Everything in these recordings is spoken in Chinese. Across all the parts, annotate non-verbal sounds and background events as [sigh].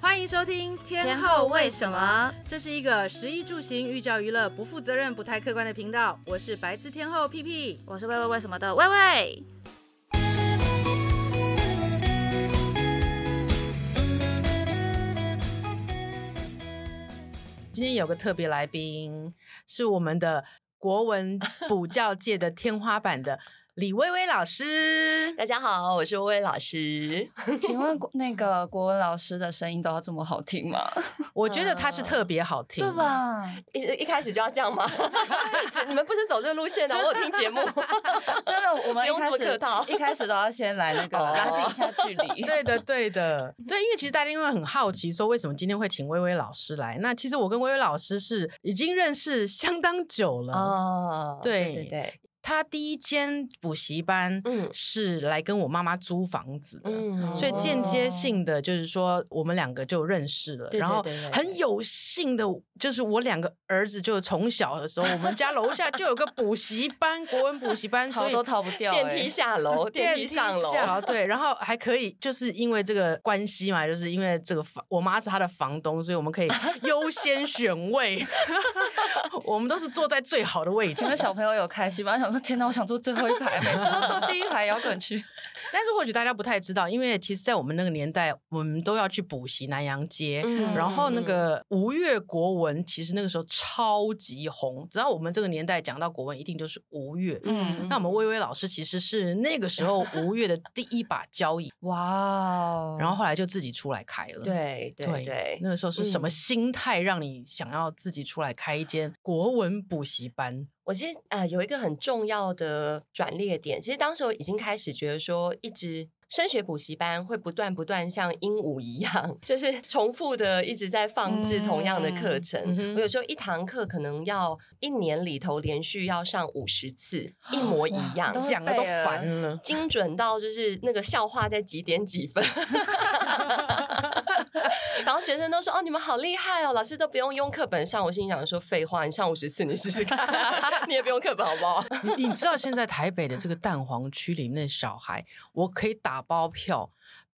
欢迎收听《天后为什么》，这是一个食衣住行、寓教于乐、不负责任、不太客观的频道。我是白字天后屁屁。我是喂喂为什么的喂喂。今天有个特别来宾，是我们的国文补教界的天花板的李薇薇老 [laughs] 师。大家好，我是薇薇老师。 [laughs] 请问国那个国文老师的声音都要这么好听吗？我觉得她是特别好听，对？吧？一一开始就要这样吗？ [laughs] 是你们不是走这个路线的，我有听 [laughs] 节目。真的，我们不一用开这么客始套 [laughs] 一开始都要先来那个哦拉近一下距离。 [laughs] 对的，对的，对，因为其实大家因为很好奇，说为什么今天会请薇薇老师来？那其实我跟薇薇老师是已经认识相当久了。哦，对对对，他第一间补习班，嗯是来跟我妈妈租房子的。嗯所以间接哦性的就是说，我们两个就认识了，对然后对对对很有幸的，就是我两个儿子就从小的时候，我们家楼下就有个补习班，国文补习 [laughs] 班，所逃以都逃不掉、哦电梯欸。下 [laughs] 楼，电梯上楼， [laughs] 下对，然后还可以，就是因为这个关系嘛，就是因为这个房，我妈是她的房东，所以我们可以优先选位， [laughs] 我们都是坐在最好的位置请。问小朋友有开心吗？想说天哪，我想坐最后一排，每次都坐第一排摇滚区。但是或许大家不太知道，因为其实，在我们那个年代，我们都要去补习南洋街。嗯然后那个吴越国文，其实那个时候超级红。只要我们这个年代讲到国文，一定就是吴越。 [laughs] 嗯那我们薇薇老师其实是那个时候吴越的第一把交椅，哇 [laughs] 哦，然后后来就自己出来开了。对对对对，那个时候是什么嗯心态让你想要自己出来开一间国文补习班？我其实呃有一个很重要的转捩点，其实当时我已经开始觉得说，一直升学补习班会不断不断像鹦鹉一样， [laughs] 就是重复的一直在放置同样的课程。嗯嗯哼我有时候一堂课可能要一年里头连续要上五十次，一模一样哦哇。都讲的都背了烦了。精准到就是那个笑话在几点几分， [laughs] 然后学生都说哦你们好厉害哦，老师都不用用课本上，我心里想说废话，你上五十次你试试看，你也不用课本好不好？你你知道现在台北的这个蛋黄区里面的小孩，我可以打包票，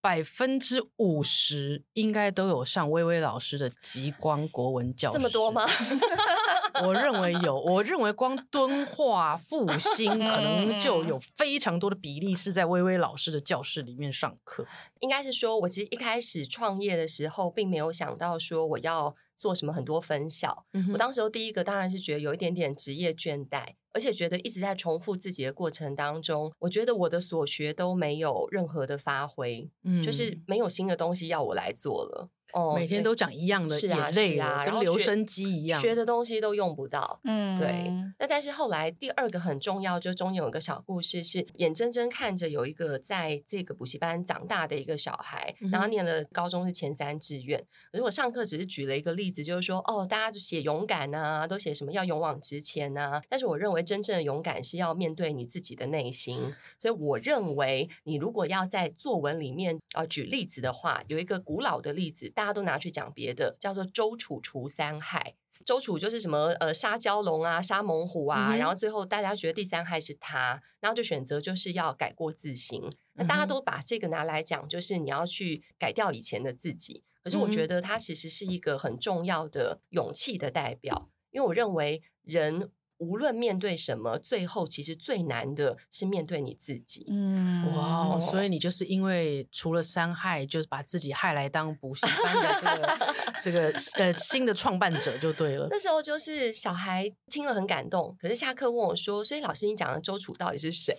百分之五十应该都有上薇薇老师的极光国文教室。这么多吗？？我认为有，我认为光敦化、复兴嗯可能就有非常多的比例是在薇薇老师的教室里面上课。应该是说，我其实一开始创业的时候，并没有想到说我要做什么很多分校。嗯我当时候第一个当然是觉得有一点点职业倦怠，而且觉得一直在重复自己的过程当中，我觉得我的所学都没有任何的发挥，嗯就是没有新的东西要我来做了。哦，每天都讲一样的，是啊也累是了，啊然跟后留学声机一样。学的东西都用不到。嗯对，那但是后来第二个很重要，就中间有一个小故事，是眼睁睁看着有一个在这个补习班长大的一个小孩，嗯哼然后念了高中是前三志愿。可是我上课只是举了一个例子，就是说哦，大家就写勇敢啊，都写什么要勇往直前啊。但是我认为真正的勇敢是要面对你自己的内心，所以我认为你如果要在作文里面呃举例子的话，有一个古老的例子，大家都拿去讲别的，叫做周楚除三害。周楚就是什么呃杀蛟龙啊，杀猛虎啊，嗯哼然后最后大家觉得第三害是他，然后就选择就是要改过自新。那嗯大家哼都把这个拿来讲，就是你要去改掉以前的自己。可是我觉得它其实是一个很重要的勇气的代表，因为我认为人无论面对什么，最后其实最难的是面对你自己。嗯哇哦！哦所以你就是因为除了伤害，就是把自己害来当补习班的 [laughs] 这个这个呃新的创办者就对了。那时候就是小孩听了很感动，可是下课问我说：“所以老师，你讲的周楚到底是谁？”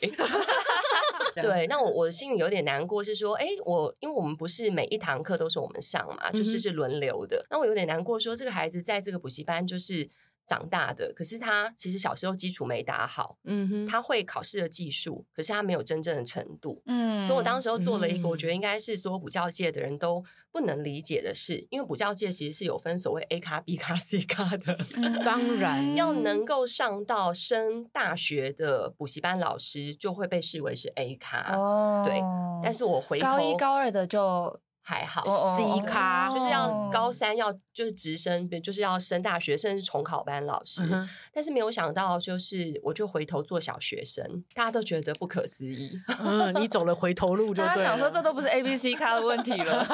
对，那我我心里有点难过，是说，哎，我因为我们不是每一堂课都是我们上嘛，就嗯哼是是轮流的。那我有点难过说这个孩子在这个补习班就是长大的，可是他其实小时候基础没打好，嗯哼，他会考试的技术，可是他没有真正的程度。嗯所以我当时候做了一个，我觉得嗯应该是所有补教界的人都不能理解的事，因为补教界其实是有分所谓 A 卡、B 卡、C 卡的。嗯嗯当然要能够上到升大学的补习班老师，就会被视为是 A 卡。哦，对但是我回头高一高二的就还好，哦哦 C 咖就是要高哦三要就是直升，就是要升大学，甚至重考班老师。嗯哼但是没有想到，就是我就回头做小学生，大家都觉得不可 [laughs] 思议。嗯，你走了回头路就大家对想说这了。 [laughs] 都不是 A B C 咖的问题了，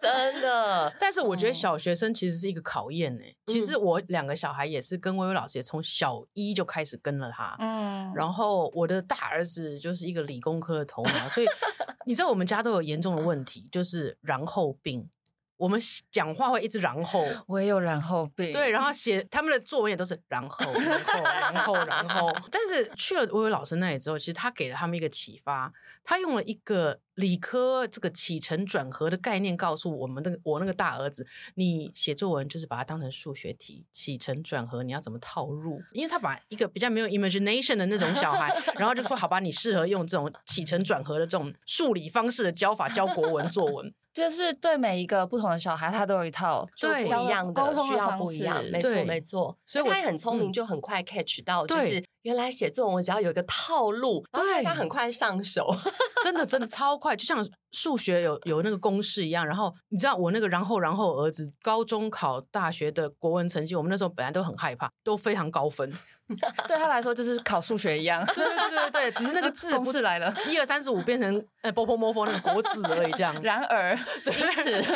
真的，但是我觉得嗯小学生其实是一个考验呢、其实我两个小孩也是跟薇薇老师也从小一就开始跟了他，嗯，然后我的大儿子就是一个理工科的头脑， [laughs] 所以你知道我们家都有严重的问题，就是然后病。我们讲话会一直然后，我也有染后病，对，，然后写他们的作文也都是然后，然后，然后，然后。但是去了薇薇老师那里之后，其实他给了他们一个启发，他用了一个理科这个起承转合的概念，告诉我们那个我那个大儿子，你写作文就是把它当成数学题，起承转合你要怎么套入？因为他把一个比较没有 imagination 的那种小孩，然后就说好吧，你适合用这种起承转合的这种数理方式的教法教国文作文。就是对每一个不同的小孩，他都有一套就对不一样沟的，通的需要方不一式样，没错对没错。所以我他也很聪明，嗯就很快 catch 到，就对是原来写作文我只要有一个套路，然后所以对他很快上手。 [laughs] 真的真的超快，就像数学有有那个公式一样。然后你知道我那个然后然后儿子高中考大学的国文成绩，我们那时候本来都很害怕，都非常高分。。对他来说就是考数学一样对对对对，只是那个字公不式是来了，一二三四五变成呃波波摸摸那个国字而已，这样。 [laughs] 然 [laughs] 而，对因此，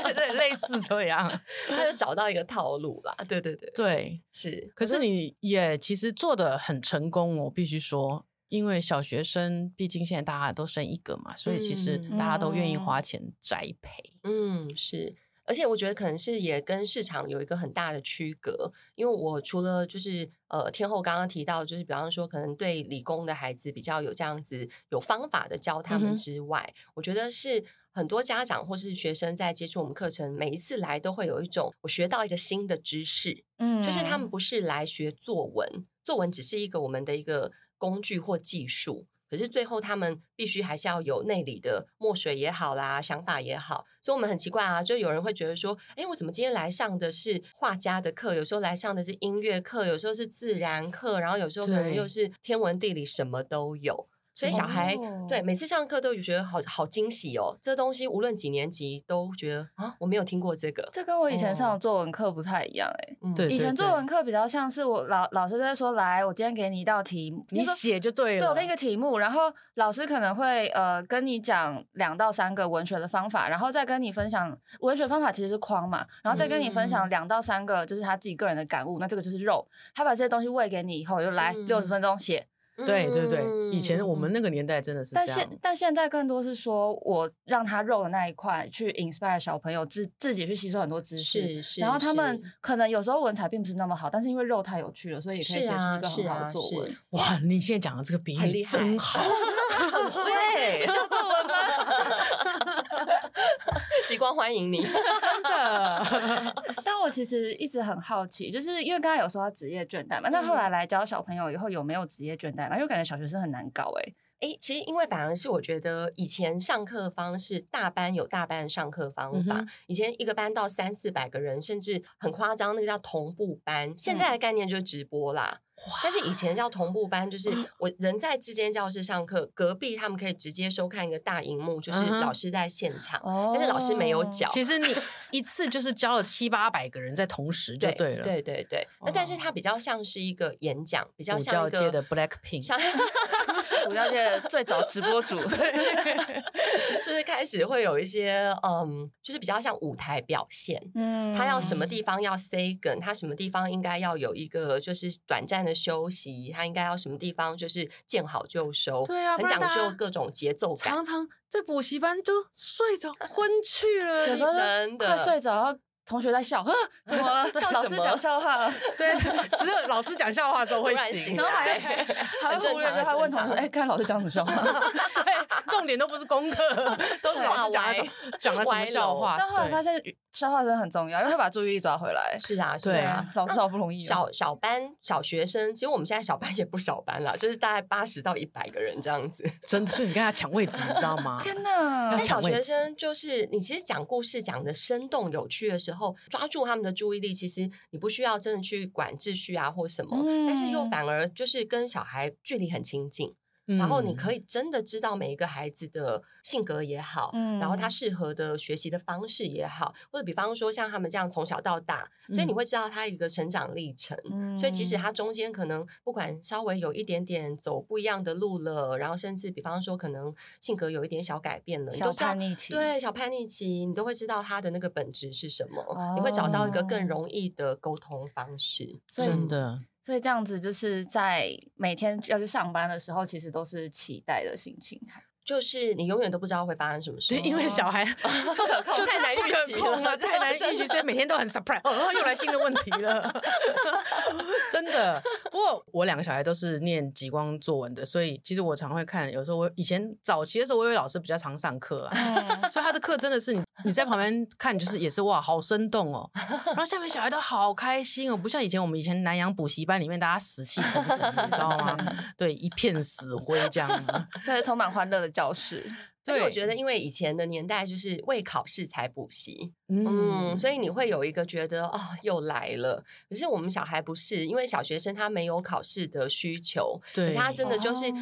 对对，类似 [laughs] 这样。他就找到一个套路啦。对对对，对，是可是你也其实做的很成功，我必须说。因为小学生，毕竟现在大家都生一个嘛，所以其实嗯大家都愿意花钱栽培。嗯是。而且我觉得可能是也跟市场有一个很大的区隔，因为我除了就是呃天后刚刚提到，就是比方说可能对理工的孩子比较有这样子有方法的教他嗯们哼之外，我觉得是很多家长或是学生在接触我们课程，每一次来都会有一种我学到一个新的知识，嗯就是他们不是来学作文，作文只是一个我们的一个工具或技术。可是最后，他们必须还是要有内里的墨水也好啦，想法也好。所以，我们很奇怪啊，就有人会觉得说：“哎，我怎么今天来上的是画家的课？有时候来上的是音乐课，有时候是自然课，然后有时候可能对又是天文地理，什么都有。”所以，小孩、哦对每次上课都觉得好好惊喜哦。这东西无论几年级都觉得啊，我没有听过这个。这跟我以前上哦的作文课不太一样哎、嗯，对以前作文课比较像是我老老师就会说，来，我今天给你一道题目，你就说写就对了。对我给你个题目，然后老师可能会呃跟你讲两到三个文学的方法，然后再跟你分享文学方法其实是框嘛，然后再跟你分嗯享两到三个就是他自己个人的感悟，那这个就是肉，他把这些东西喂给你以后，就来嗯六十分钟写。对对对，以前嗯我们那个年代真的是这但样。现但现在更多是说我让他肉的那一块去 inspire 小朋友自自己去吸收很多知识。是是，然后他们是可能有时候文采并不是那么好，但是因为肉太有趣了，所以也可以是写出啊一个是很好啊的作是 [laughs] 文。哇，你现在讲的这个比很厉喻害真好，很 [laughs] [laughs] 会，作文吗？极光欢迎你。真的。但我其实一直很好奇，就是因为刚才有说到职业倦怠嘛，那后来嗯来教小朋友以后有没有职业倦怠嘛？因为我感觉小学生很难搞哎、诶，其实因为反而是我觉得以前上课方式，大班有大班的上课方法，嗯哼以前一个班到三四百个人，甚至很夸张，那个叫同步班。现在的概念就是直播啦，但是以前叫同步班，就是我人在之间教室上课，隔壁他们可以直接收看一个大荧幕，就是嗯哼老师在现场，哦但是老师没有脚。其实你一次就是教了七八百个人在同时就对对了。，对对对那但是哦它比较像是一个演讲，比较补像教一界的个 Blackpink， [laughs] 像主要界 [laughs] 最早直播主，就是开始会有一些嗯，就是比较像舞台表现。嗯他要什么地方要 say 梗，他什么地方应该要有一个就是短暂的休息，他应该要什么地方就是见好就收，对啊很不然讲大家究各种节奏感，常常在补习班就睡 [laughs] 着昏去了。有你时候就真的快睡着，然后同学在笑，啊，怎么了？笑老什师么讲笑话 [laughs] 了，对，只有老师讲笑话的时候会突然醒醒然后还来还很会正忽略常掉，还问很同学，正常哎，刚才老师讲什么笑话？对，重点都不是功 [laughs] 课，都是老师讲了什么讲了什歪么笑楼话。 [laughs] 但后来对发现笑话真的很重要，因为会把注意力抓回来。 [laughs] 是 [laughs] 啊，是对啊，老师好不容易哦，小小班小学生，其实我们现在小班也不小班啦，就是大概八十到一百个人这样子。真的，所以你跟他抢位置，你知道吗？天哪但！抢小位学置生就是你，其实讲故事讲的生动有趣的时候，抓住他们的注意力，其实你不需要真的去管秩序啊或什么，但是又嗯反而就是跟小孩距离很亲近。然后你嗯可以真的知道每一个孩子的性格也好，然后他嗯适合的学习的方式也好，或者比方说像他们这样从小到大，所以你嗯会知道他一个成长历程。嗯所以其实他中间可能不管稍微有一点点走不一样的路了，然后甚至比方说可能性格有一点小改变了，你小都知道叛。逆期，对小叛逆期，你都会知道他的那个本质是什么，你会找到一个更哦容易的沟通方式。所以真嗯的，所以这样子就是在每天要去上班的时候，其实都是期待的心情。就是你永远都不知道会发生什么事对，情。因为小哦孩不可控就是太难不预可期控了了，太难预期，所以每天都很 surprise。哦，又来新的问题 [laughs] 了，真的。不过我两个小孩都是念极光作文的，所以其实我常会看。有时候我以前早期的时候，我有老师比较常上课啊，哦所以他的课真的是你你在旁边看，就是也是哇，好生动哦。然后下面小孩都好开心哦，不像以前我们以前南洋补习班里面大家死气沉沉，你知道 [laughs] 吗？对，一片死灰这样啊。 [laughs] 对，充满欢乐的教室。而且我觉得，得，因为以前的年代就是为考试才补习，嗯，所以你会有一个觉得哦，又来了。可是我们小孩不是，因为小学生他没有考试的需求，对，可是他真的就是哦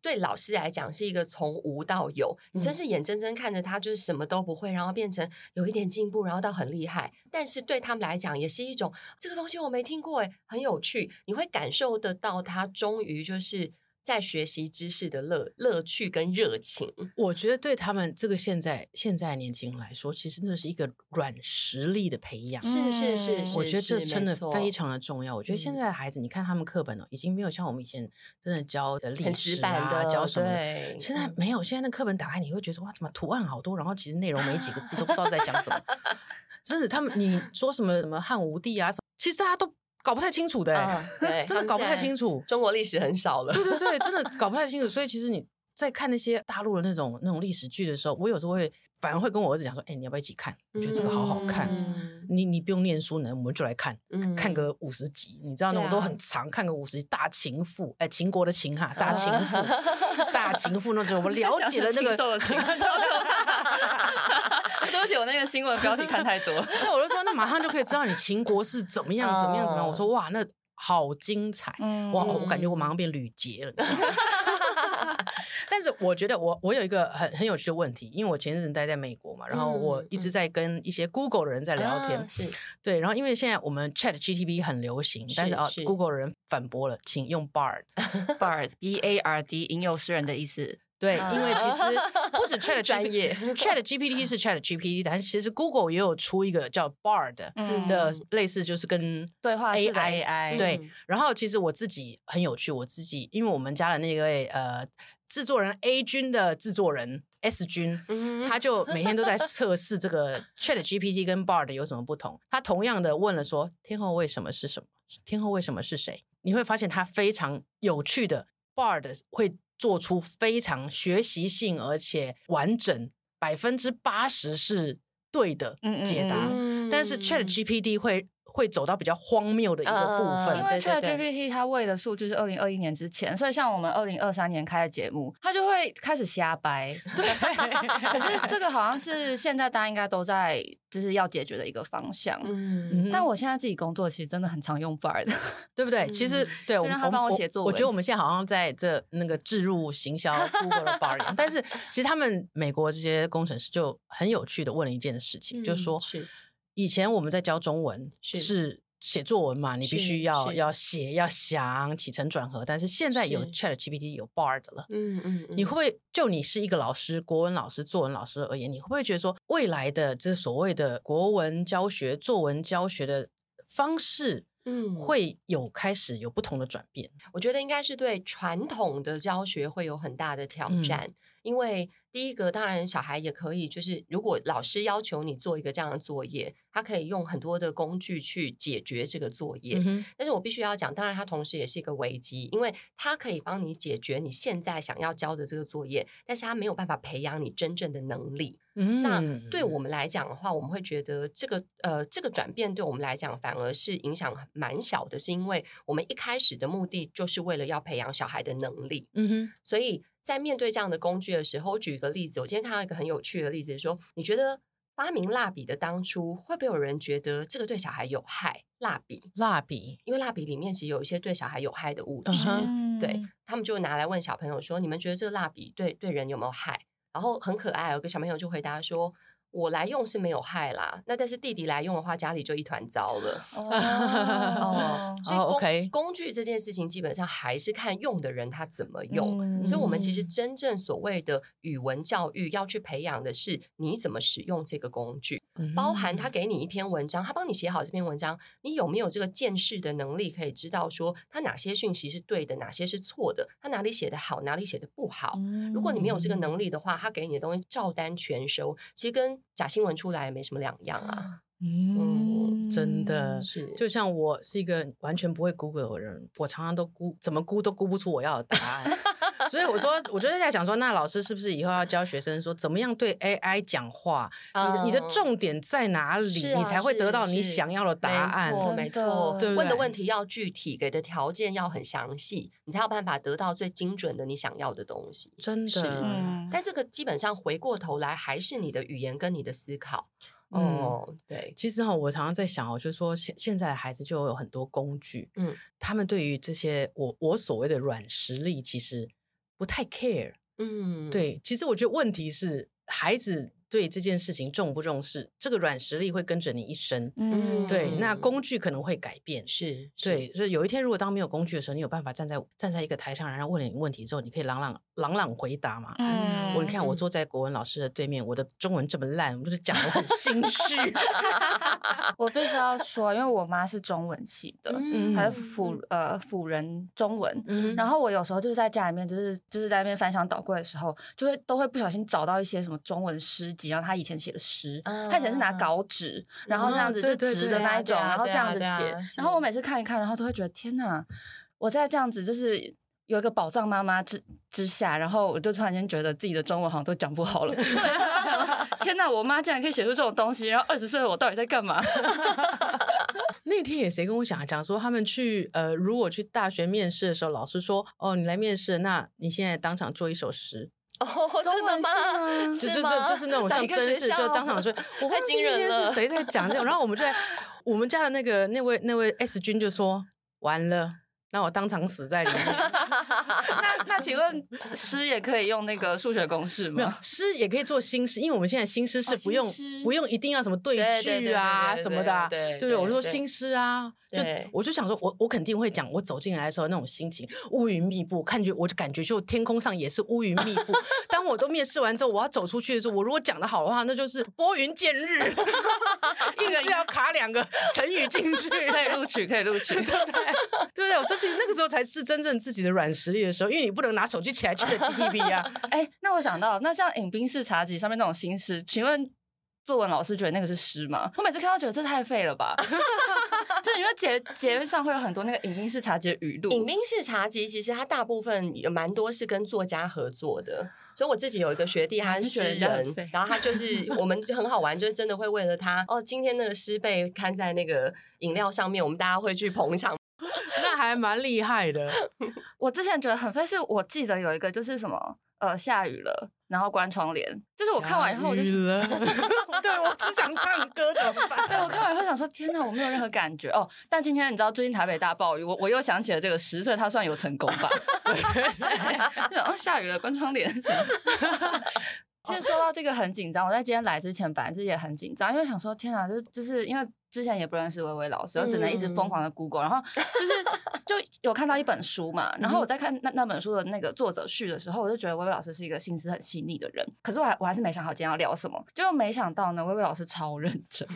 对老师来讲是一个从无到有，你真嗯是眼睁睁看着他就是什么都不会，然后变成有一点进步，然后到很厉害。但是对他们来讲也是一种这个东西我没听过诶，欸很有趣，你会感受得到他终于就是在学习知识的乐乐趣跟热情。我觉得对他们这个现在现在年轻人来说，其实那是一个软实力的培养。是是是嗯是，我觉得这是真的没错非常的重要。我觉得现嗯在的孩子，你看他们课本哦，已经没有像我们以前真的教的历很死史板啊，的，教什么的。对，现在嗯没有，现在那课本打开，你会觉得说哇，怎么图案好多，然后其实内容没几个字，都不知道在讲 [laughs] 什么。真的，他们你说什么什么汉武帝啊，什么，其实大家都搞不太清楚的、欸，嗯 [laughs] 对，真的搞不太清楚。楚。中国历史很少了，对对对，真的搞不太清楚。所以其实你在看那些大陆的那种那种历史剧的时候，我有时候会反而会跟我儿子讲说：“哎、你要不要一起看？我觉得这个好好看。嗯你你不用念书呢，我们就来看，嗯看个五十集，你知道那对种都啊很长，看个五十集《大秦赋》，哎，秦国的秦哈，《大秦嗯赋》大秦赋》那种， [laughs] 我了解了那个，的情 [laughs] 对不起，我那个新闻标题看太多。那我就说，那马上就可以知道你秦国是怎么样，怎么样，怎么样。我说嗯哇，那好精彩， [laughs] 嗯哇，我感觉我马上变吕杰了。 [laughs] 但是我觉得我我有一个很很有趣的问题，因为我前阵子待在美国嘛，然嗯后我一直在跟一些 Google 的人在聊天，啊是对，然后因为现在我们 Chat GTP 很流行，但是是啊是，Google 的人反驳了，请用 Bard。 Bard B A R D 吟游诗人的意思。对，因为其实不 [laughs] 止 Chat 专业 Chat GPT 是 Chat GPT，但是其实 Google 也有出一个叫 Bard 的嗯的类似，就是跟对话式的 AI AI 对嗯，然后其实我自己很有趣，我自己因为我们家的那位呃制作人 A 君的制作人 S 君。嗯他就每天都在 [laughs] 测试这个 Chat GPT 跟 Bard 有什么不同。他同样的问了说：“天后为什么是什么？天后为什么是谁？”你会发现他非常有趣的 Bard 会做出非常学习性而且完整，百分之八十是对的嗯嗯解答。嗯但是 Chat GPT 会会走到比较荒谬的一个部分，因为呃对对 Chat 对 GPT 它喂的数据是二零二一年之前，所以像我们二零二三年开的节目，它就会开始瞎 [laughs] 掰。可是这个好像是现在大家应该都在就是要解决的一个方向。嗯嗯但我现在自己工作其实真的很常用 Bard，对不对？其实嗯对，就我让们他我们帮我我写作我觉得文我们现在好像在这那个置入行销 Google 的 bar 一样，但是其实他们美国这些工程师就很有趣的问了一件事情，就是嗯说是以前我们在教中文是是。写作文嘛，你必是须要是要写要想起承转合，但是现在有是 Chat GPT 有 Bard 了，嗯嗯，你会不会就你是一个老师，国文老师、作文老师而言，你会不会觉得说，未来的这所谓的国文教学、作文教学的方式，嗯会有开始有不同的转变？我觉得应该是对传统的教学会有很大的挑嗯战，因为第一个，当然小孩也可以，就是如果老师要求你做一个这样的作业，他可以用很多的工具去解决这个作业。哼，但是我必须要讲，当然它同时也是一个危机，因为它可以帮你解决你现在想要交的这个作业，但是它没有办法培养你真正的能力。嗯那对我们来讲的话，我们会觉得这个呃这个转变对我们来讲反而是影响蛮小的，是因为我们一开始的目的就是为了要培养小孩的能力，嗯哼，所以在面对这样的工具的时候，我举一个例子，我今天看到一个很有趣的例子，说你觉得发明蜡笔的当初会不会有人觉得这个对小孩有害？蜡笔，蜡笔，因为蜡笔里面其实有一些对小孩有害的物嗯质，哼 [laughs] 对，他们就拿来问小朋友说：“你们觉得这个蜡笔对对人有没有害？”然后很可爱，有哦个小朋友就回答说：“我来用是没有害啦，那但是弟弟来用的话，家里就一团糟了。” [laughs] 哦所以哦工、 ，OK 工具这件事情，基本上还是看用的人他怎么用。嗯所以，我们其实真正所谓的语文教育要去培养的是你怎么使用这个工具，包含嗯他给你一篇文章，他帮你写好这篇文章，你有没有这个见识的能力，可以知道说他哪些讯息是对的，哪些是错的，他哪里写的好，哪里写的不嗯好。嗯如果你没有这个能力的话，他给你的东西照单全收，其实跟假新闻出来也没什么两样啊。嗯，真的。是，就像我是一个完全不会 Google 的人，我常常都估怎么估都估不出我要的答案，所以我说，我就在想说，那老师是不是以后要教学生说，怎么样对 AI 讲话？你的你的嗯重点在哪里？是啊你才会得到你是是想要的答案没。错，真没的错，对不问的对问题要具体，给的条件要很详细，你才有办法得到最精准的你想要的东西。真是的，嗯，但这个基本上回过头来还是你的语言跟你的思考。嗯哦，对，其实哈，我常常在想哦，就是说现现在的孩子就有很多工具，嗯，他们对于这些我我所谓的软实力，其实不太 care。嗯，对，其实我觉得问题是孩子对这件事情重不重视，这个软实力会跟着你一生。嗯对，那嗯工具可能会改变。是，是，对，所以有一天如果当没有工具的时候，你有办法站在站在一个台上，然后问了你问题之后，你可以朗朗朗朗回答嘛？嗯，我你看，我嗯坐在国文老师的对面，我的中文这么烂，我就是讲的很心虚。我必须要说，因为我妈是中文系的，嗯她是辅呃辅仁中文。嗯然后我有时候就是在家里面，就是就是在那边翻箱倒柜的时候，就会都会不小心找到一些什么中文诗集，然后她以前写的诗，她以前是拿啊稿纸，然后这啊样子对就对直对的那啊一对种，啊然后对这啊样子对啊写。是然后我每次看一看，然后都会觉得天哪，我在这样子就是。有一个宝藏妈妈之之下，然后我就突然间觉得自己的中文好像都讲不 [laughs] 好了。 [laughs] 我每次看到她说天哪，我妈竟然可以写出这种东西！然后二十岁的我到底在干嘛？ [laughs] 那天也谁跟我讲讲说，他们去呃，如果去大学面试的时候，老师说哦，你来面试，那你现在当场做一首诗，哦，真的吗？文就是就吗就就是 [laughs] 那种哪像一个真学事，就校当 [laughs] 场说，我太忘记惊那人天了是。谁在讲这种，然后我们就在我们家的那个那位那位 S 君就说完了，那我当场死在里面。 [laughs] 那那请问诗也可以用那个数学公式没有吗？诗也可以做新诗，因为我们现在新诗是哦不新用、诗不用一定要什么对对对对句对啊对什对么的啊，对不对？对我就说对新诗啊，就对我就想说我我肯定会讲，我走进来的时候那种心情乌云密布，看觉我就感觉就天空上也是乌云密布。 [laughs] 当我都面试完之后，我要走出去的时候，我如果讲的好的话，那就是拨云见日， [laughs] 硬是要卡两个成语进去。[laughs] [laughs] 可以录取，可以录取。对不对？我说，其实那个时候才是真正自己的软实力的时候，因为你不能拿手机起来 check GTP 啊。哎、那我想到，那像饮冰式茶几上面那种新诗，请问作文老师觉得那个是诗吗？我每次看到觉得这太废了 [laughs] 吧。就你说节节目上会有很多那个饮冰式茶几的语录，饮冰式茶几其实它大部分有蛮多是跟作家合作的，所以我自己有一个学弟，他是诗啊你觉得人很废，然后 [laughs] 他就是我们就很好玩，就是真的会为了他哦，今天那个诗被刊在那个饮料上面，我们大家会去捧场。那还蛮厉害的。我之前觉得很废，是我记得有一个就是什么呃下雨了，然后关窗帘，就是 [laughs] 我看完以后我就下雨 [laughs] 了 [laughs] 对我只想唱歌，怎么办？对，我看完会想说，天哪，我没有任何感觉哦。但今天你知道，最近台北大暴雨，我我又想起了这个十岁，它算有成功吧？对，然后下雨了，关窗帘。就是说到这个很紧张，我在今天来之前本来就是也很紧张，因为想说天哪，就是就是因为之前也不认识薇薇老师，我只能一直疯狂的 Google，然后就是就有看到一本书嘛，然后我在看那那本书的那个作者序的时候，我就觉得薇薇老师是一个心思很细腻的人，可是我还我还是没想好今天要聊什么，结果没想到呢，薇薇老师超认真。 [laughs]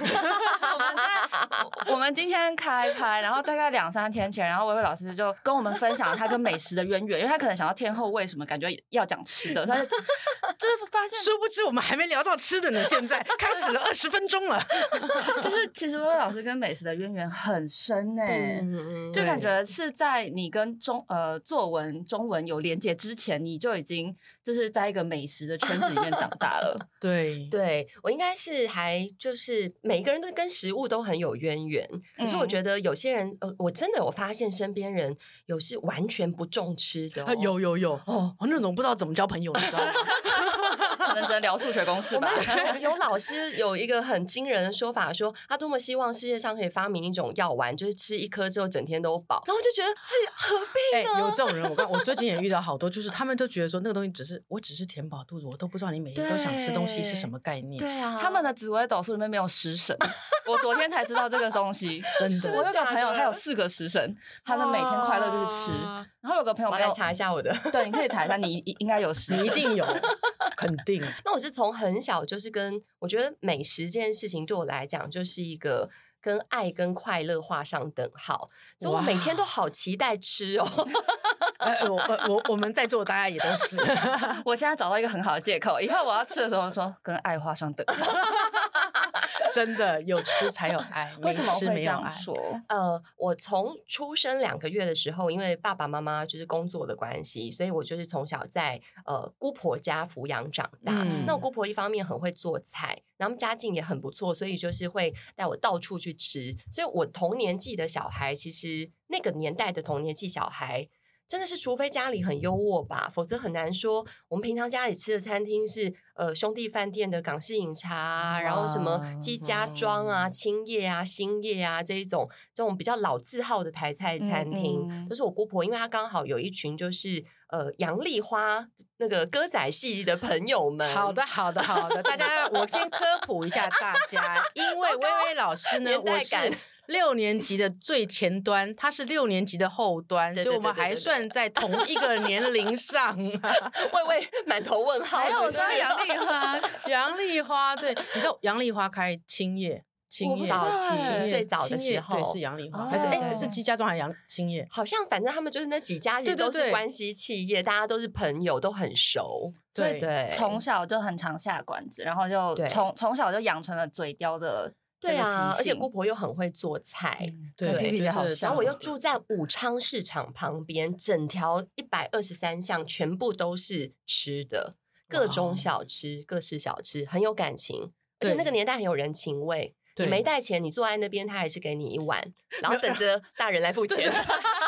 我们在我们今天开拍，然后大概两三天前，然后薇薇老师就跟我们分享了她跟美食的渊源，因为她可能想要天后为什么感觉要讲吃的，她就就是发现殊不知我们还没聊到吃的呢，现在开始了二十分钟了。就是其实薇薇老师跟美食的渊源很深呢、嗯，就对感觉是在你跟中呃作文中文有连接之前，你就已经就是在一个美食的圈子里面长大了。对，对我应该是还就是每一个人都跟食物都很有渊源，可是我嗯觉得有些人呃，我真的有发现身边人有是完全不重吃的、啊哦，有有有。哦， [laughs] 哦，那种不知道怎么交朋友，你知道吗？可能只能聊数学公式我吧们。有老师有一个很惊人的说法，说他多么希望世界上可以发明一种药丸，就是吃一颗之后整天都饱。然后我就觉得这何必？哎、有这种人，我刚我最近也遇到好多，就是他们都觉得说那个东西只是我只是填饱肚子，我都不知道你每天都想吃东西是什么概念。对啊，他们的紫微斗数里面没有食神，我昨天才知道这个东西。真的我有个朋友，假的他有四个食神，他的每天快乐就是吃。哇然后有个朋友我没来有，查一下我的。对，你可以查一下，你应应该有 [laughs] 食你一神。定有，肯定。那我是从很小就是跟我觉得美食这件事情对我来讲就是一个。跟爱跟快乐画上等号，所以我哇每天都好期待吃哦。 [laughs] 哎、我我我我们在座大家也都是， [laughs] [laughs] 我现在找到一个很好的借口，以后我要吃的时候说跟爱画上 [laughs] 等号。真的有吃才有爱，为没什么吃会这没有样爱。说？呃，我从出生两个月的时候，因为爸爸妈妈就是工作的关系，所以我就是从小在呃姑婆家抚养长大。嗯那我姑婆一方面很会做菜，然后他们家境也很不错，所以就是会带我到处去吃。所以我同年纪的小孩，其实那个年代的同年纪小孩。真的是，除非家里很优渥吧，否则很难说。我们平常家里吃的餐厅是呃兄弟饭店的港式饮茶啊，然后什么鸡家庄啊、青叶啊、兴业啊这一种这种比较老字号的台菜餐厅，嗯嗯都是我姑婆，因为她刚好有一群就是呃杨丽花那个歌仔戏的朋友们。好的，好的，好的，大 [laughs] 家，我先科普一下大家，因为薇薇老师呢，年代我是感六年级的最前端，她是六年级的后端，对所以我对对们对还对算在同一个年龄上、 [laughs] 啊。喂 [laughs] 喂，满头问号还是有不是，我知道杨丽花，杨丽花，对，你知道杨丽花开青叶，青我不叶知道哎早期青叶最早的青叶时候对，是杨丽花，哦还是哎、对是鸡家庄还是杨青叶？ [laughs] 好像反正他们就是那几家对人对都对是关系企业，大家都是朋友，都很熟。所对以对， [laughs] 从小就很常下馆子，然后就对从从小就养成了嘴刁的这对个啊，习而且性嗯姑婆又很会做菜。对，对就比较好是笑然后我又像住在武昌市场旁边，整条一百二十三巷全部都是吃的，各哇哦种小吃，各式小吃，很有感情，而且对那个年代很有人情味。对你没带钱，你坐在那边，他还是给你一碗，然后等着大人来付钱。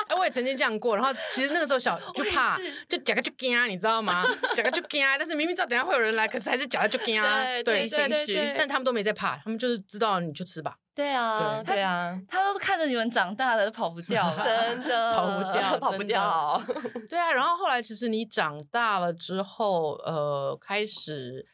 哎，我也曾经这样过，然后其实那个时候 [laughs] 小就我也怕是，就假个就惊，啊你知道吗？假个就惊，啊但是明明知道等一下会有人来，可是还是假个就惊。啊对对，自己心但虚但他们都没在怕，他们就是知道你就吃吧。对啊， [laughs] 对对啊， [laughs] 他都看着你们长大了，跑不掉了。 [laughs] 真 [laughs] 的跑不掉 [laughs] 跑不真的掉。 [laughs] 对啊，然后后来其实你长大了之后，呃，开始，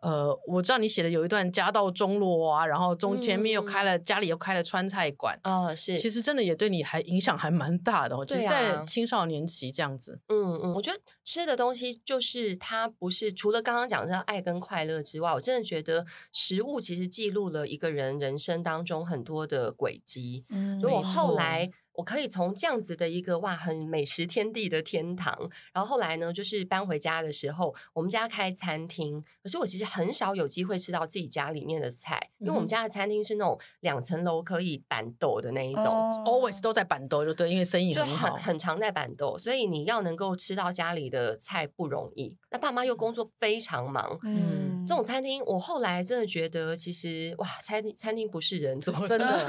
呃，我知道你写的有一段家道中落啊，然后中前面又开了、家里又开了川菜馆。哦，是，其实真的也对你还影响还蛮大的哦，其对实，啊在青少年期这样子，嗯嗯，我觉得吃的东西就是它不是除了刚刚讲的爱跟快乐之外，我真的觉得食物其实记录了一个人人生当中很多的轨迹。嗯如果没后错来我可以从这样子的一个哇很美食天地的天堂，然后后来呢，就是搬回家的时候，我们家开餐厅，可是我其实很少有机会吃到自己家里面的菜，因为我嗯哼们家的餐厅是那种两层楼可以板斗的那一种，哦哦 always 都在板豆就对，因为生意就很很好，很常在板豆，所以你要能够吃到家里的菜不容易。那爸妈又工作非常忙，嗯这种餐厅我后来真的觉得，其实哇，餐厅餐厅不是人 [laughs] 做真 [laughs] 的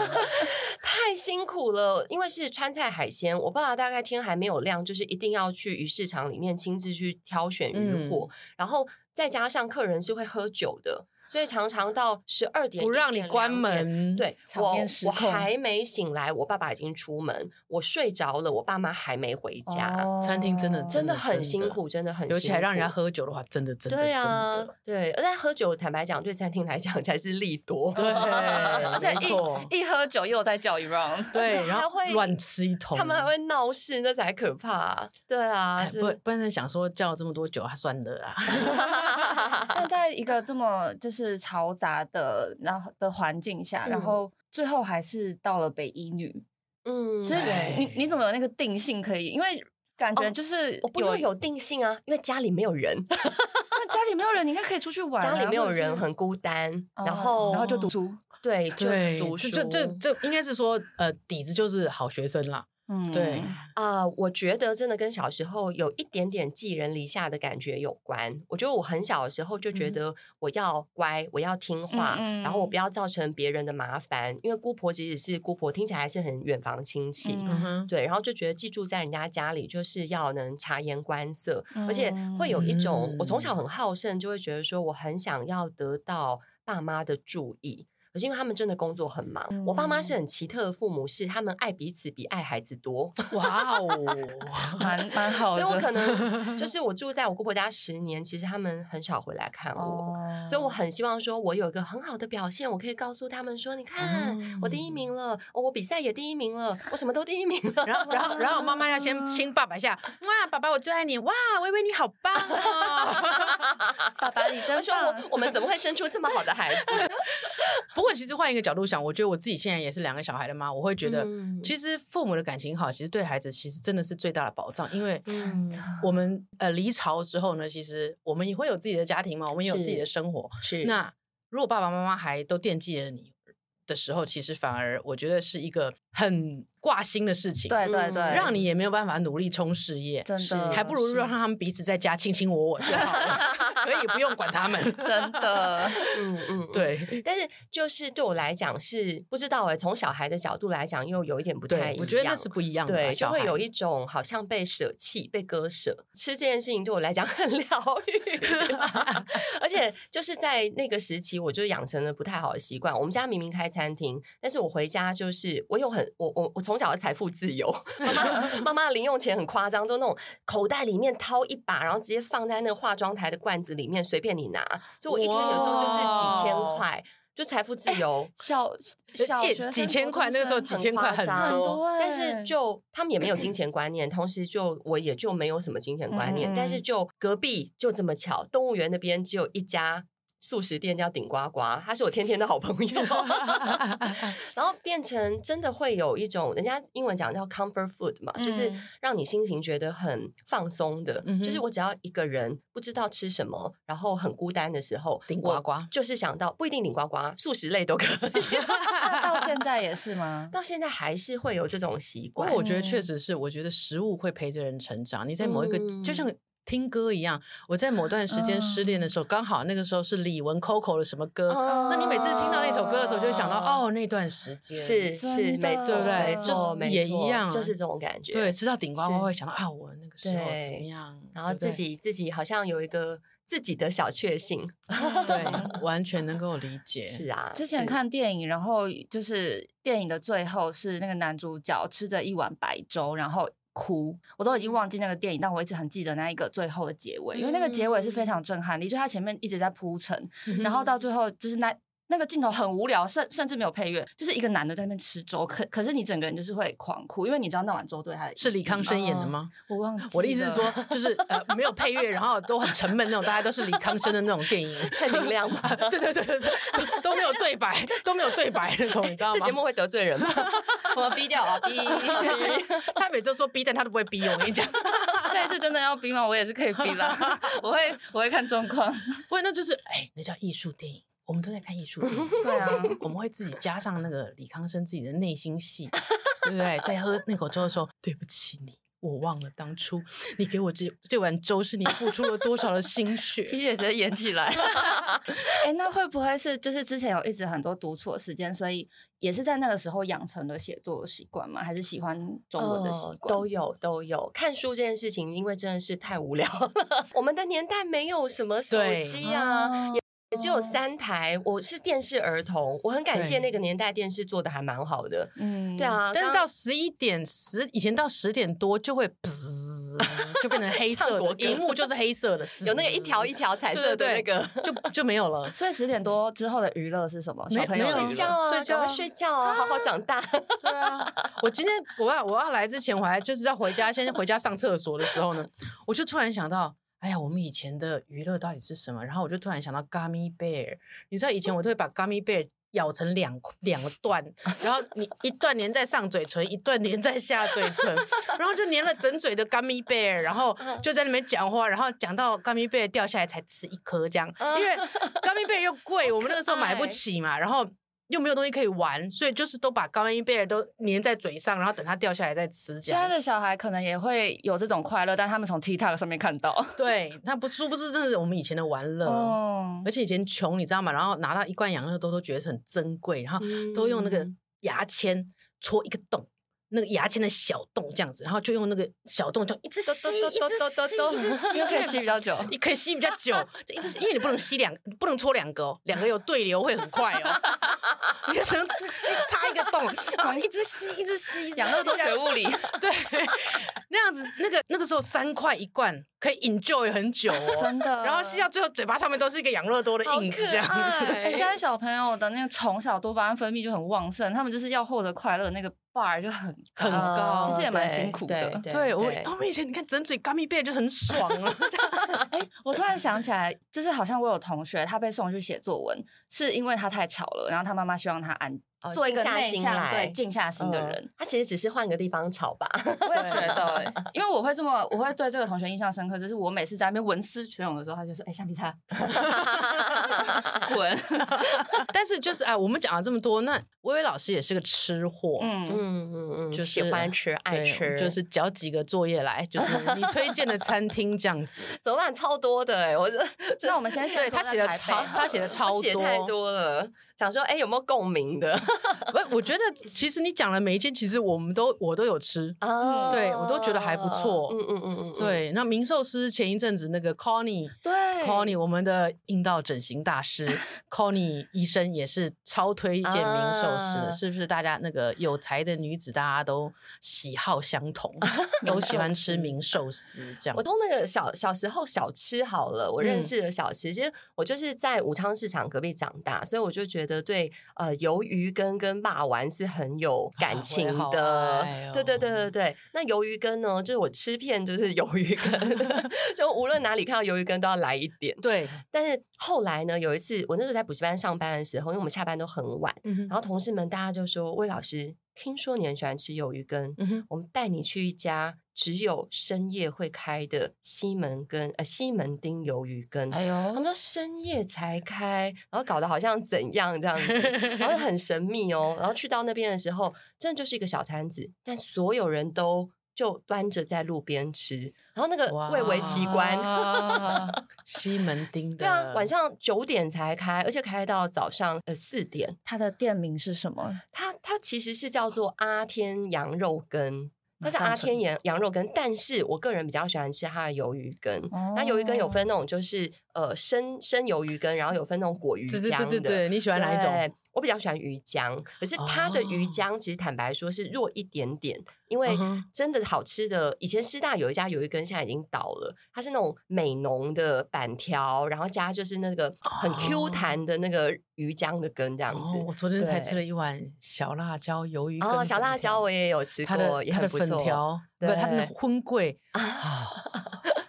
太辛苦了，因为是川菜海鲜，我爸爸大概天还没有亮，就是一定要去鱼市场里面亲自去挑选鱼货，嗯然后再加上客人是会喝酒的，所以常常到十二点不让你关。 1点2点门，对场我面失，我控还没醒来，我爸爸已经出门，我睡着了，我爸妈还没回家，餐厅哦真的真的哦真很的辛苦，真的很辛苦，尤其还让人家。喝酒的话，真的真的对真啊的，，对，而且喝酒，坦白讲，对餐厅来讲才是利多。 [laughs] 对，而且没错，一一喝酒又再叫一 round，对，然还后会乱吃一通， [laughs] 啊他们还会闹事，那才可怕、对啊，哎真不不然想说叫了这么多酒，啊，算了啦。但在一个这么就是嘈杂的然后的环境下，然嗯后最后还是到了北医女，嗯，所以对你你怎么有那个定性可以？因为感觉哦就是我不用有定性啊，因为家里没有人，那家里没有人，你应该可以出去玩啊、家里没有或者是人，很孤单，哦然后然后就读书， [laughs] 对，就对，读就书，就就就应该是说，呃，底子就是好学生啦，嗯，对，啊、我觉得真的跟小时候有一点点寄人篱下的感觉有关。我觉得我很小的时候就觉嗯得我要乖，我要听话，嗯然后我不要造成别人的麻烦。因为姑婆即使是姑婆，听起来还是很远房亲戚。嗯嗯哼，对，然后就觉得寄住在人家家里，就是要能察言观色，而且会有一种我嗯从小很好胜，就会觉得说我很想要得到爸妈的注意。可是因为他们真的工作很忙，我爸嗯妈是很奇特的父母，是他们爱彼此比爱孩子多，哇 [laughs] 哦， [laughs] 蛮蛮好所的，以我可 [laughs] 能就是我住在我姑婆家十年，其实他们很少回来看我。哦，所以我很希望说，我有一个很好的表现，我可以告诉他们说，哦你看、啊我第一名了、哦，我比赛也第一名了，我什么都第一名 [laughs] 了。然后，然后，然后妈妈要先亲爸爸一下，哇，爸爸我最爱你，哇，微微你好棒 [laughs] 哦。爸爸你他真说棒我，我们怎么会生出这么好的 [laughs] 孩子？ [laughs] 不过其实换一个角度想，我觉得我自己现在也是两个小孩的妈，我会觉得，嗯其实父母的感情好，其实对孩子其实真的是最大的保障，因为真的我们呃离巢之后呢，其实我们也会有自己的家庭嘛，我们也有是自己的生活。是那如果爸爸妈妈还都惦记着你的时候，其实反而我觉得是一个很挂心的事情，对对嗯对，让你也没有办法努力冲事业，真是的还不如是让他们彼此在家卿卿我我就好了， [laughs] 可以不用管他 [laughs] 们。真的，嗯嗯，嗯。对但是就是对我来讲是不知道哎、从小孩的角度来讲又有一点不太一对，样。我觉得那是不一样的啊。对，就小会孩有一种好像被舍弃、被割舍。吃这件事情对我来讲 [laughs] 很疗愈，啊而且就是在那个时期，我就养成了不太好的习惯。我们家明明开餐厅，但是我回家就是我有很我我我从小的财富自由， [laughs] 妈妈妈妈的零用钱很夸张，都那种口袋里面掏一把，然后直接放在那个化妆台的罐子里面，随便你拿。所以我一天有时候就是几千哇块，就财富自由。小小也学生几千块，那国中个时候生几千块很夸张很很多。多欸，但是就他们也没有 [clears throat] 金钱观念，同时就我也就没有什么金钱观嗯念。但是就隔壁就这么巧，动物园那边只有一家素食店叫顶呱呱，他是我天天的好朋 [laughs] 友，然后变成真的会有一种人家英文讲叫 comfort food 嘛，就是嗯让你心情觉得很放松的。嗯哼就是我只要一个人不知道吃什么，然后很孤单的时候，顶呱呱我就是想到不一定顶呱呱，素食类都可以。那到现在也 [laughs] 是吗？到现在还是会有这种习不惯过。我觉得确实是，我觉得食物会陪着人成长。你在某一个嗯就像。听歌一样，我在某段时间失恋的时候，啊刚好那个时候是李玟 Coco 的什么哦歌，那你每次听到那首歌的时候，就会想到哦，那段时间是是真的没错，对不对没就是错，没也错一样啊就是这种感觉。对，吃到顶呱呱是会想到啊，我那个时候怎么对样，然后对不对自己自己好像有一个自己的小确幸，对完全能够理解，是啊，哦之前是看电影，然后就是电影的最后是那个男主角吃着一碗白粥，然后哭。我都已嗯经忘记那个电影，但我一直很记得那一个最后的结尾，因为那个结尾嗯是非常震撼力，就他前面一直在铺陈，然后到最后就是那。那个镜头很无聊，甚甚至没有配乐，就是一个男的在那边吃粥，可可是你整个人就是会狂哭，因为你知道那碗粥对他的是意李义康生演的哦吗？我忘 [laughs] 记我的意思了是说，就是呃没有配乐，然后都很沉闷那种，大家都是李康生的那种电影，。[laughs] 太明亮了 [laughs] 对对对对对，都都没有对白，都没有对白那种，你知道这节吗？目会得罪 [laughs] 人吗？我逼掉啊 [laughs] 逼，他每周说逼，但他都不会逼我，我跟你讲。这一次真的要逼吗？我也是可以逼啦， [laughs] 我会我会看状况。不然那就是哎，那叫艺术电影，我们都在看艺术电 [laughs] 影。对啊，我们会自己加上那个李康生自己的内心戏，对不对？在喝那口粥的时候，对不起你，我忘了当初你给我这这碗粥是你付出了多少的心血。皮姐直接演起来。 [laughs] 哎、那会不会是就是之前有一直很多独处的时间，所以也是在那个时候养成了写作的习惯吗？还是喜欢中文的习哦惯、都有都有。看书这件事情，因为真的是太无聊了。 [laughs] 我们的年代没有什么手对机啊，哦也只有三台。我是电视儿童，我很感谢对那个年代电视做的还蛮好的。嗯对，啊，但是刚到十一点十以前到十点多就会噗，就变成黑唱色国的，歌荧幕就是黑色的，有那个一条一条彩色对的那对对个。就就没有了。所以十点多之后的娱乐是什么？没小朋友没有的娱睡乐觉睡觉啊，赶啊快睡觉啊，好好长大。对啊，我今天我要我要来之前，我还就是要回家，先回家上厕所的时候呢，我就突然想到，哎呀，我们以前的娱乐到底是什么？然后我就突然想到 gummy bear，你知道以前我都会把 gummy bear 咬成两两段，然后你一段粘在上嘴唇，一段粘在下嘴唇，然后就粘了整嘴的 gummy bear，然后就在那边讲话，然后讲到 gummy bear 掉下来才吃一颗这样，因为 gummy bear 又贵，我们那个时候买不起嘛，然后。又没有东西可以玩，所以就是都把高音贝尔都粘在嘴上，然后等它掉下来再吃。这现在样的小孩可能也会有这种快乐，但他们从 TikTok 上面看到。对，那不殊不知真的是我们以前的玩乐。哦而且以前穷，你知道吗？然后拿到一罐养乐多都觉得是很珍贵，然后 [laughs] 嗯都用那个嗯牙签戳一个洞，那个牙签的小洞这样子，然后就用那个小洞就一直吸，一直吸，一直吸， [laughs] 因为可以吸比较久。你可以吸比较久，就一直吸因为你不能吸两，不能戳两个哦，两个有对流会很快哦，你可能只吸插一个洞，然后一直吸，一直吸，养乐多学物理，对，那样子那个那个时候三块一罐可以 enjoy 很久哦， [laughs] 真的。然后吸到最后嘴巴上面都是一个养乐多的好印子可这样子。爱哎，现 [laughs] 在小朋友的那个从小多巴胺分泌就很旺盛，他们就是要获得快乐，那个 bar 就很嗯很高其实也蛮对辛苦的。对哦对我哦对我们以前你看整嘴 gummy bear 就很爽了， [laughs] 这样哎、我突然想起来，就是好像我有同学，他被送去写作文，是因为他太吵了，然后他妈妈希望他安、哦做一个静下内心向、来对静下心的人。嗯他其实只是换个地方吵吧。我也觉得、哎因为我会这么，我会对这个同学印象深刻，就是我每次在那边文思泉涌的时候，他就说：“哎、橡皮 [laughs] 擦，滚。但是就是啊，我们讲了这么多，那薇薇老师也是个吃货，嗯，嗯嗯嗯，就是啊喜欢吃，爱对吃，就是交几个作业来，就是你推荐的餐厅这样子。怎么办？超多的哎、我这那我们先对他写的超， [laughs] 他写的超我写太多。多了，想说哎、有没有共鸣的不，我觉得其实你讲的每一件，其实我们都我都有吃。啊嗯对我都觉得还不错嗯嗯嗯嗯，嗯，对，那明寿司前一阵子那个 Connie。 [laughs] 对 Connie，我们的阴道整形大师 Connie 医生也是超推荐明寿司的，啊是不是？大家那个有才的女子，大家都喜好相同，都喜欢吃明寿司这样我。从那个小小时候小吃好了，我认嗯识的小吃，其实我就是在武昌市场隔壁长大，所以我就觉得对呃鱿鱼羹跟霸丸是很有啊我也感情好的。爱哦对对对对对，那鱿鱼羹呢，就是我吃遍就是鱿鱼羹， [laughs] 就无论哪里看到鱿鱼羹都要来一点。对，但是后来呢，有一次我那时候在补习班上班的时候，因为我们下班都很晚，嗯然后同事们大家就说：“魏老师，听说你很喜欢吃鱿鱼羹，嗯哼，我们带你去一家只有深夜会开的西门羹，呃，西门町鱿鱼羹。哎他呦，们说深夜才开，然后搞得好像怎样这样子，然后很神秘哦。然后去到那边的时候，真的就是一个小摊子，但所有人都就端着在路边吃，然后那个哇蔚为奇观。 [laughs] 啊西门町的，对啊，晚上九点才开，而且开到早上呃四点。他的店名是什么？它它其实是叫做阿天羊肉羹，它是马上阿存天羊羊肉羹，但是我个人比较喜欢吃它的鱿鱼羹。那鱿鱼羹有分那种就是呃生生鱿鱼羹，然后有分那种果鱼对浆对对的。对对，你喜欢哪一种？对？我比较喜欢鱼浆，可是它的鱼哦浆其实坦白说是弱一点点，因为嗯哼真的好吃的，以前师大有一家鱿鱼羹，现在已经倒了，它是那种美浓的板条，然后加就是那个很哦 Q 弹的那个鱼浆的羹这样子哦，。我昨天才吃对了一碗小辣椒鱿鱼羹哦，粉小辣椒条我也有吃它过，的也它很的不粉错，条，不，它的那对荤桂 [laughs] 啊，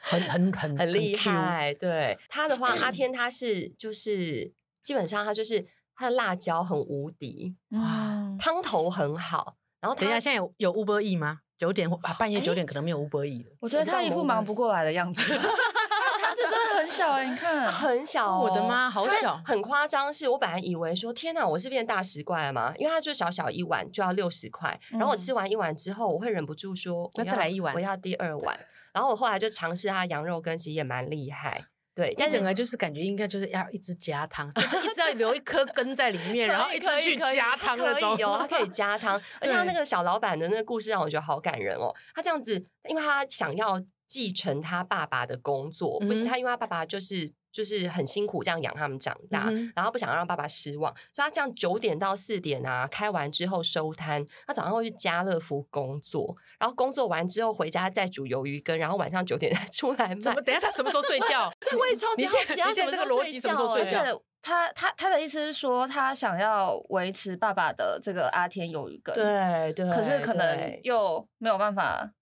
很很很很厉 Q 害。对它的话，阿天他是就是基本上他就是他的辣椒很无敌，哦哇，汤头很好，然后等一下，他现在有有 Uber E 吗？九点或啊，半夜哎九点可能没有 Uber E 了。我觉得他一副忙不过来的 [laughs] 样子。他这真的很小哎、你看，很小、哦哦我的妈好小很夸张。是我本来以为说，天哪，我是变大食怪了吗？因为它就小小一碗就要六十块，然后我嗯吃完一碗之后，我会忍不住说，那我要再来一碗我要第二碗。然后我后来就尝试它羊肉羹，其实也蛮厉害。对，但一是整个就是感觉应该就是要一直加汤，就是一直要留一 [laughs] 颗根在里面，然后可以一直可以去可以加汤那种可以。哦，[laughs] 它可以加汤，而且他那对个小老板的那个故事让我觉得好感人哦。他这样子，因为他想要继承他爸爸的工作，不是嗯他，因为他爸爸就是。就是很辛苦这样养他们长嗯大，哼然后不想让爸爸失望，所以他这样九点到四点啊，开完之后收摊，他早上会去家乐福工作，然后工作完之后回家再煮鱿鱼羹，然后晚上九点再出来怎卖么？。等一下他什么时候睡 [laughs] 觉？对，我也超级你好现在奇，他你现在什这么个逻辑什么时候睡欸觉而且他他他的意思是说，他想要维持爸爸的这个阿天鱿鱼羹，，对对，可是可对能又没有办法，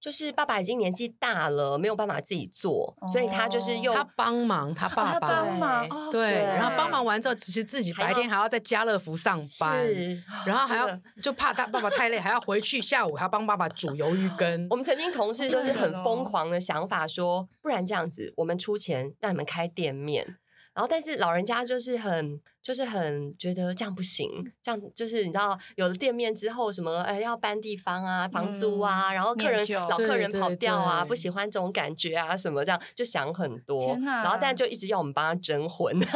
就是爸爸已经年纪大了，没有办法自己做，所以他就是又哦他帮忙，哦他爸他爸帮忙，对哦对，然后对帮忙完之后，其实自己还白天要还要在家乐福上班，是，然后还真要的就怕他爸爸太累，还要回去下午还要帮爸爸煮鱿鱼羹我。们曾经同事就是很哦疯狂的想法说，不然这样子，我们出钱让你们开店面。然后，但是老人家就是很就是很觉得这样不行，这样就是你知道，有了店面之后，什么哎要搬地方啊、房租啊，然后客人嗯念旧老客人对跑对掉啊，对不喜欢这种感觉啊，什么这样就想很多，天哪然后但就一直要我们帮他征婚， [laughs] 因为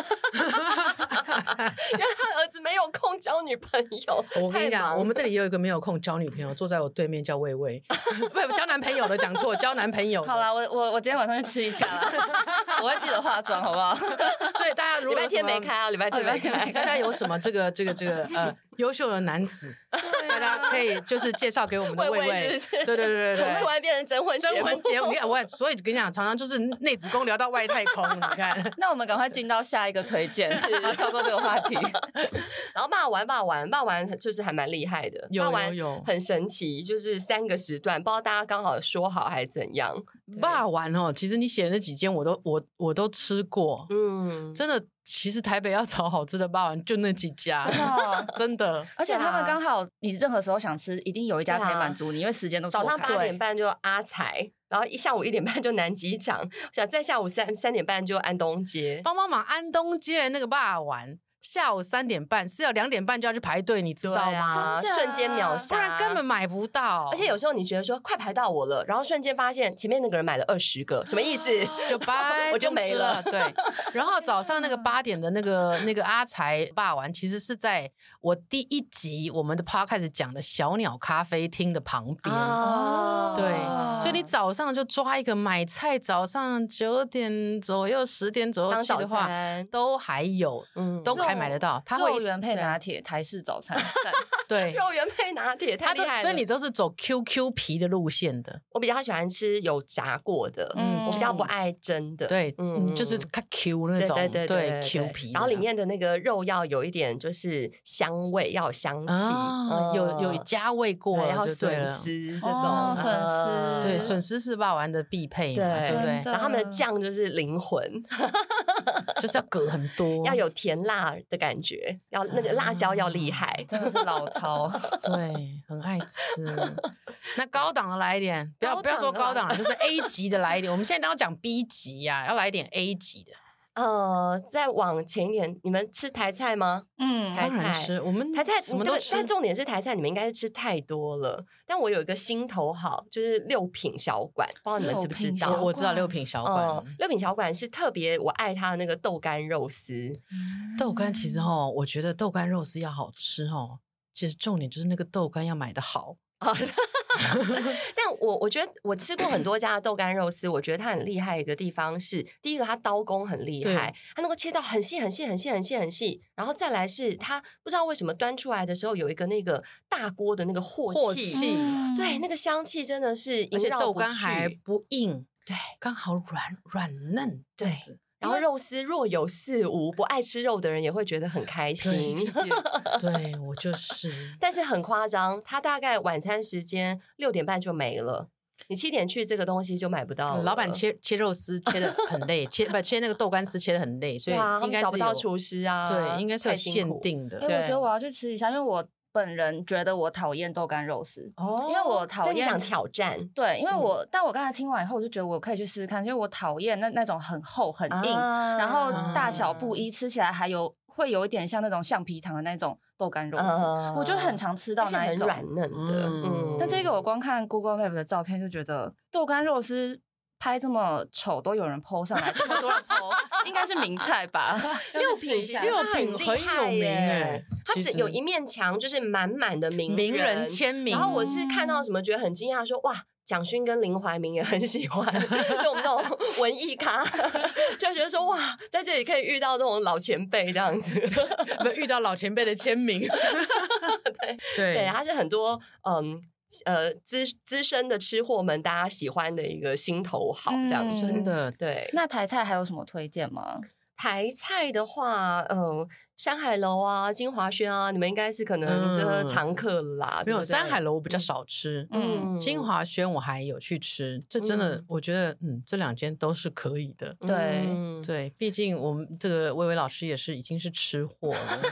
他儿子没有空交女朋友，我跟你太忙讲，了我们这里也有一个没有空交女朋友，坐在我对面叫魏 [laughs] 魏，不交男朋友的讲错，交男朋友的。好啦，我我我今天晚上去吃一下 [laughs] 啦，我会记得化妆，好不好？ [laughs] 所以大家如礼果拜有什天么没开，啊，礼拜天哦礼拜没天没开，大家有什么这个这个这个呃优秀的男子，大家可以就是介绍给我们的魏啊魏魏魏是，不对是对对对我们突对。然变成征婚征婚节目，目你，看我也所以跟你讲，常常就是内子宫聊到外太空，你 [laughs] 看，那我们赶快进到下一个推荐，是好跳过这个话题。 [laughs] 然后骂完骂完骂完，就是还蛮厉害的，有骂完有有很神奇，就是三个时段，不知道大家刚好说好还是怎样，霸完哦。其实你写的那几间我都我我都吃过，嗯，真的，其实台北要找好吃的霸完就那几家， [laughs] 哦真的。而且他对们啊刚好，你任何时候想吃，一定有一家可以对啊满足你，因为时间都早上错开八点半就阿财，然后一下午一点半就南机场，想再下午三三点半就安东街，帮帮忙，安东街的那个霸玩，下午三点半是要两点半就要去排队，你知对道吗？啊，真假瞬间秒杀，不然根本。买不到。而且有时候你觉得说快排到我了，然后瞬间发现前面那个人买了二十个，什么意思？就拜 [laughs] 我就中没吃了嗯对，然后早上那个八点的那个那个阿财霸王，其实是在我第一集我们的 podcast 讲的小鸟咖啡厅的旁边。啊对哦所以你早上就抓一个买菜，早上九点左右、十点左右当去早的话，餐，都还有，嗯都还买得到。他肉会圆配拿铁，台式早 [laughs] 餐，赞对，肉圆配拿铁，太他厉哎都害了。所以你都是走 QQ 皮的路线的，我比较喜欢吃有炸过的，嗯我比较不爱蒸的。对，嗯就是嗯它 Q 那对种，对对对 Q 皮的，然后里面的那个肉要有一点就是香味，要有香气，啊嗯有有加味过对了，然后就对笋了丝这哦种粉嗯丝对，笋丝是霸王的必配嘛，对对不真对？然后他们的酱就是灵魂，就是要隔很多，要有甜辣的感觉，要那个辣椒要厉害。真的是老饕。 [laughs] 对，很爱吃。那高档的来一点，不要不要说高高档档，就是 A 级的来一点。我们现在都要讲 B 级呀，要来一点 A 级的。呃，再往前一点，你们吃台菜吗？ [laughs] 嗯，台当然菜吃，我们台菜什么对都不吃但。重点是台菜，你们应该是吃太多了。但我有一个心头好，就是六品小馆，不知道你们知不知六品小道？我我知道馆六品小嗯哦，馆六品小馆是特别我爱它的那个豆干肉丝，豆干，其嗯实哦，我觉得豆干肉丝要好吃哦。其实重点就是那个豆干要买的好，但我我觉得我吃过很多家的豆干肉丝，我觉得它很厉害的一个地方是，第一个它刀工很厉害，它能够切到很细很细很细很细很细，然后再来是它不知道为什么端出来的时候有一个那个大锅的那个镬火气，气嗯对，那个香气真的是而萦且绕豆不干还去。不硬，对，刚好软软嫩这样对子。然后肉丝若有似无，不爱吃肉的人也会觉得很开心。对我就是。 [laughs] 但是很夸张，它大概晚餐时间六点半就没了，你七点去这个东西就买不到了。嗯老板切切肉丝切的很累，切不切那个豆干丝切的很累，所对以啊，他应们该找是不到有厨师啊，对，应该是有太辛苦限定的 [laughs] 哎，。我觉对得我要去吃一下，因为我本人觉得我讨厌豆干肉丝。哦因为我讨所以你厌想挑嗯战。对，因为我、但我刚才听完以后，我就觉得我可以去试试看，因为我讨厌那那种很厚很硬，啊然后大小不一，吃起来还有会有一点像那种橡皮糖的那种豆干肉丝，嗯我就很常啊吃到但是那很一种。软嫩的，嗯嗯。但这个我光看 Google Map 的照片就觉得豆干肉丝。拍这么丑都有人 PO 上来，这么多人 [laughs] PO，应该是名菜 [laughs] 吧？六品其其实六它品厉很有害名耶欸，它其只实有一面墙就是满满的名名人签名然，后我是看到什么嗯觉得很惊讶，说哇，蒋勋跟林怀民也很喜欢，对我们 [laughs] 这种文艺咖，就觉得说哇，在这里可以遇到那种老前辈这样子。没有遇到老前辈的签名。 [laughs] 对，对他是很多嗯呃资资深的吃货们大家喜欢的一个心头好这样子。嗯真的对，那台菜还有什么推荐吗？台菜的话，呃，山海楼啊、金华轩啊，你们应该是可能嗯这常客了啦。没对不有对山海，楼我比较少吃，嗯金华轩我还有去吃，这真的嗯我觉得嗯，这两间都是可以的。对嗯对，毕竟我们这个薇薇老师也是已经是吃货 [laughs] 了，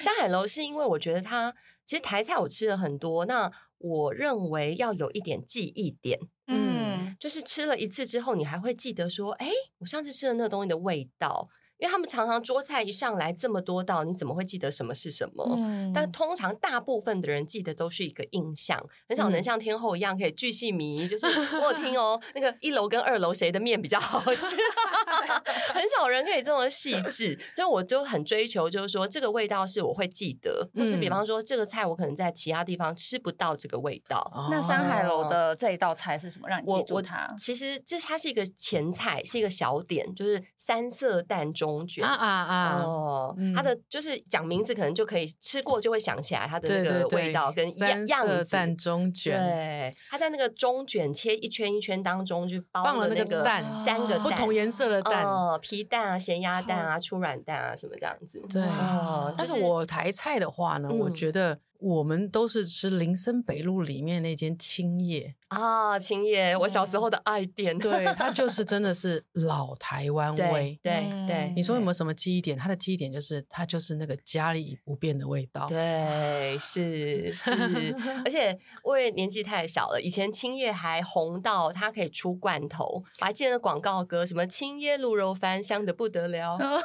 山海楼是因为我觉得它其实台菜我吃了很多，那我认为要有一点记忆点，嗯嗯，就是吃了一次之后，你还会记得说，哎，我上次吃的那个东西的味道。因为他们常常桌菜一上来这么多道，你怎么会记得什么是什么？嗯但通常大部分的人记得都是一个印象，很少能嗯像天后一样可以巨细靡遗。就是我有听哦，那个一楼跟二楼谁的面比较好吃， [laughs] 很少人可以这么细致。所以我就很追求，就是说这个味道是我会记得，或是比嗯方说这个菜我可能在其他地方吃不到这个味道。那山海楼哦的这一道菜是什么？让你记我住我它？其实这它是一个前菜，是一个小点，就是三色蛋中卷啊啊啊！哦，嗯它的就是讲名字可能就可以吃过就会想起来它的对那对个对，味道跟样三色样子蛋。中卷，对，它在那个中卷切一圈一圈当中就包放了了那那个个蛋三个蛋，不同颜 [laughs] 色的蛋。哦哦，皮蛋啊、咸鸭蛋啊、初软蛋啊什么这样子。对哦，但就是我台菜的话呢，我嗯觉得我们都是吃林森北路里面那间青 [laughs] 叶，啊，青叶，我小时候的爱店。嗯 [laughs] 对，它就是真的是老台湾对嗯味。对对，嗯你说有对没有什么记忆点？它的记忆点就是它就是那个家里不变的味道。对，是是， [laughs] 而且我也年纪太小了，以前青叶还红到它可以出罐头，我还记得那广告歌，什么青叶卤肉饭香的不得了，哦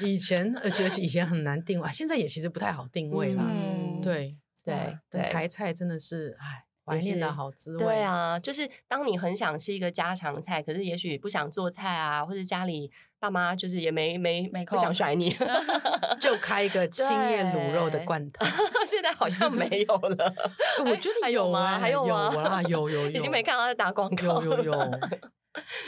以前而且而且以前很难定位，啊现在也其实不太好定位啦。嗯对对但对台菜真的是哎，怀也念的是好滋味。对，啊，就是当你很想吃一个家常菜，可是也许不想做菜啊，或者家里爸妈就是也没没没不想空甩你，嗯就开一个青叶卤肉的对罐头。 [laughs] 现在好像没有 [laughs] 了，哎我觉还得有有吗哎还有有吗啦，有有有， [laughs] 已经没看到他打广告有有了。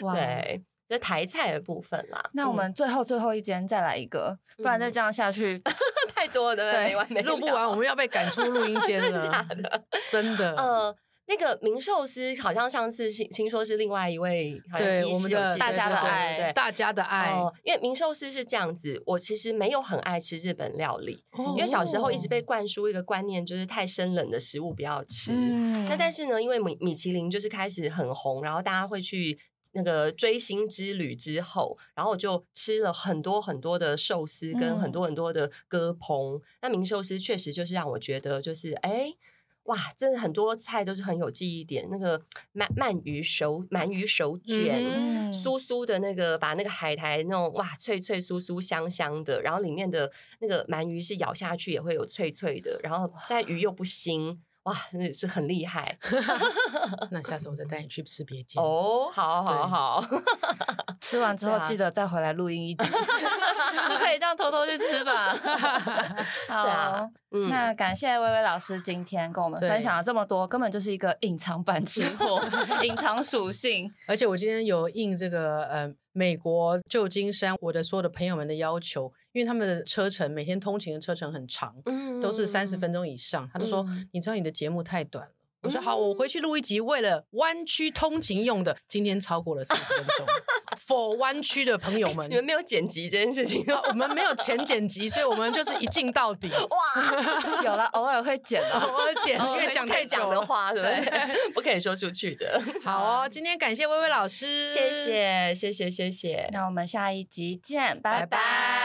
有， [laughs] 哇对，这台菜的部分啦。那我嗯们最后最后一间再来一个，不然再嗯这样下去， [laughs] 太多了，对不对对？没完没了。录不完，我们要被赶出录音间 [laughs] 真的假了，的？真的。呃，那个明寿司好像上次听听说是另外一位，好像对医我师们有的介大家的绍对爱对不对。大家的爱，哦，因为明寿司是这样子，我其实没有很爱吃日本料理，因因为小时候一直哦被灌输一个观念，就是太生冷的食物不要吃。嗯那 [laughs] 但是呢，因为米米其林就是开始很红，然后大家会去那个追星之旅之后，然后我就吃了很多很多的寿司，跟很多很多的割烹。那明寿司确实就是让我觉得，就是哎。哇，真的很多菜都是很有记忆点。那个鳗鳗鱼手鳗鱼手卷，嗯嗯酥酥的那个，把那个海苔那种哇脆脆酥酥香香的，然后里面的那个鳗鱼是咬下去也会有脆脆的，然后但鱼又不腥，哇，那是很厉害哦那下次我再带你去吃别间。哦！好好好，吃完之对后啊记得再回来录音一 [laughs] 集，不可以这样偷偷去吃吧。好，对啊嗯，那感谢薇薇老师今天跟我们对分享了这么多，根本就是一个隐藏版吃货，隐藏属性。而且我今天有应这个呃美国旧金山我的所有的朋友们的要求，因为他们的车程每天通勤的车程很长，嗯都是三十分钟以上，他就说嗯你知道你的节目太短了。我说嗯好，我回去录一集，为了湾区通勤用的。今天超过了四十分 [laughs] 钟，for 湾区的朋友们你，们没有剪辑这件事情，啊 [laughs] 我们没有前剪辑，所以我们就是一镜到底。有啦，偶尔会剪哦然的。后我剪，因因为为讲讲太哦太久讲了的。话，对不对？ [laughs] 不可以说出去的。好哦，今天感谢薇薇老师，谢。谢，谢谢，谢谢。那我们下一集见，拜拜拜拜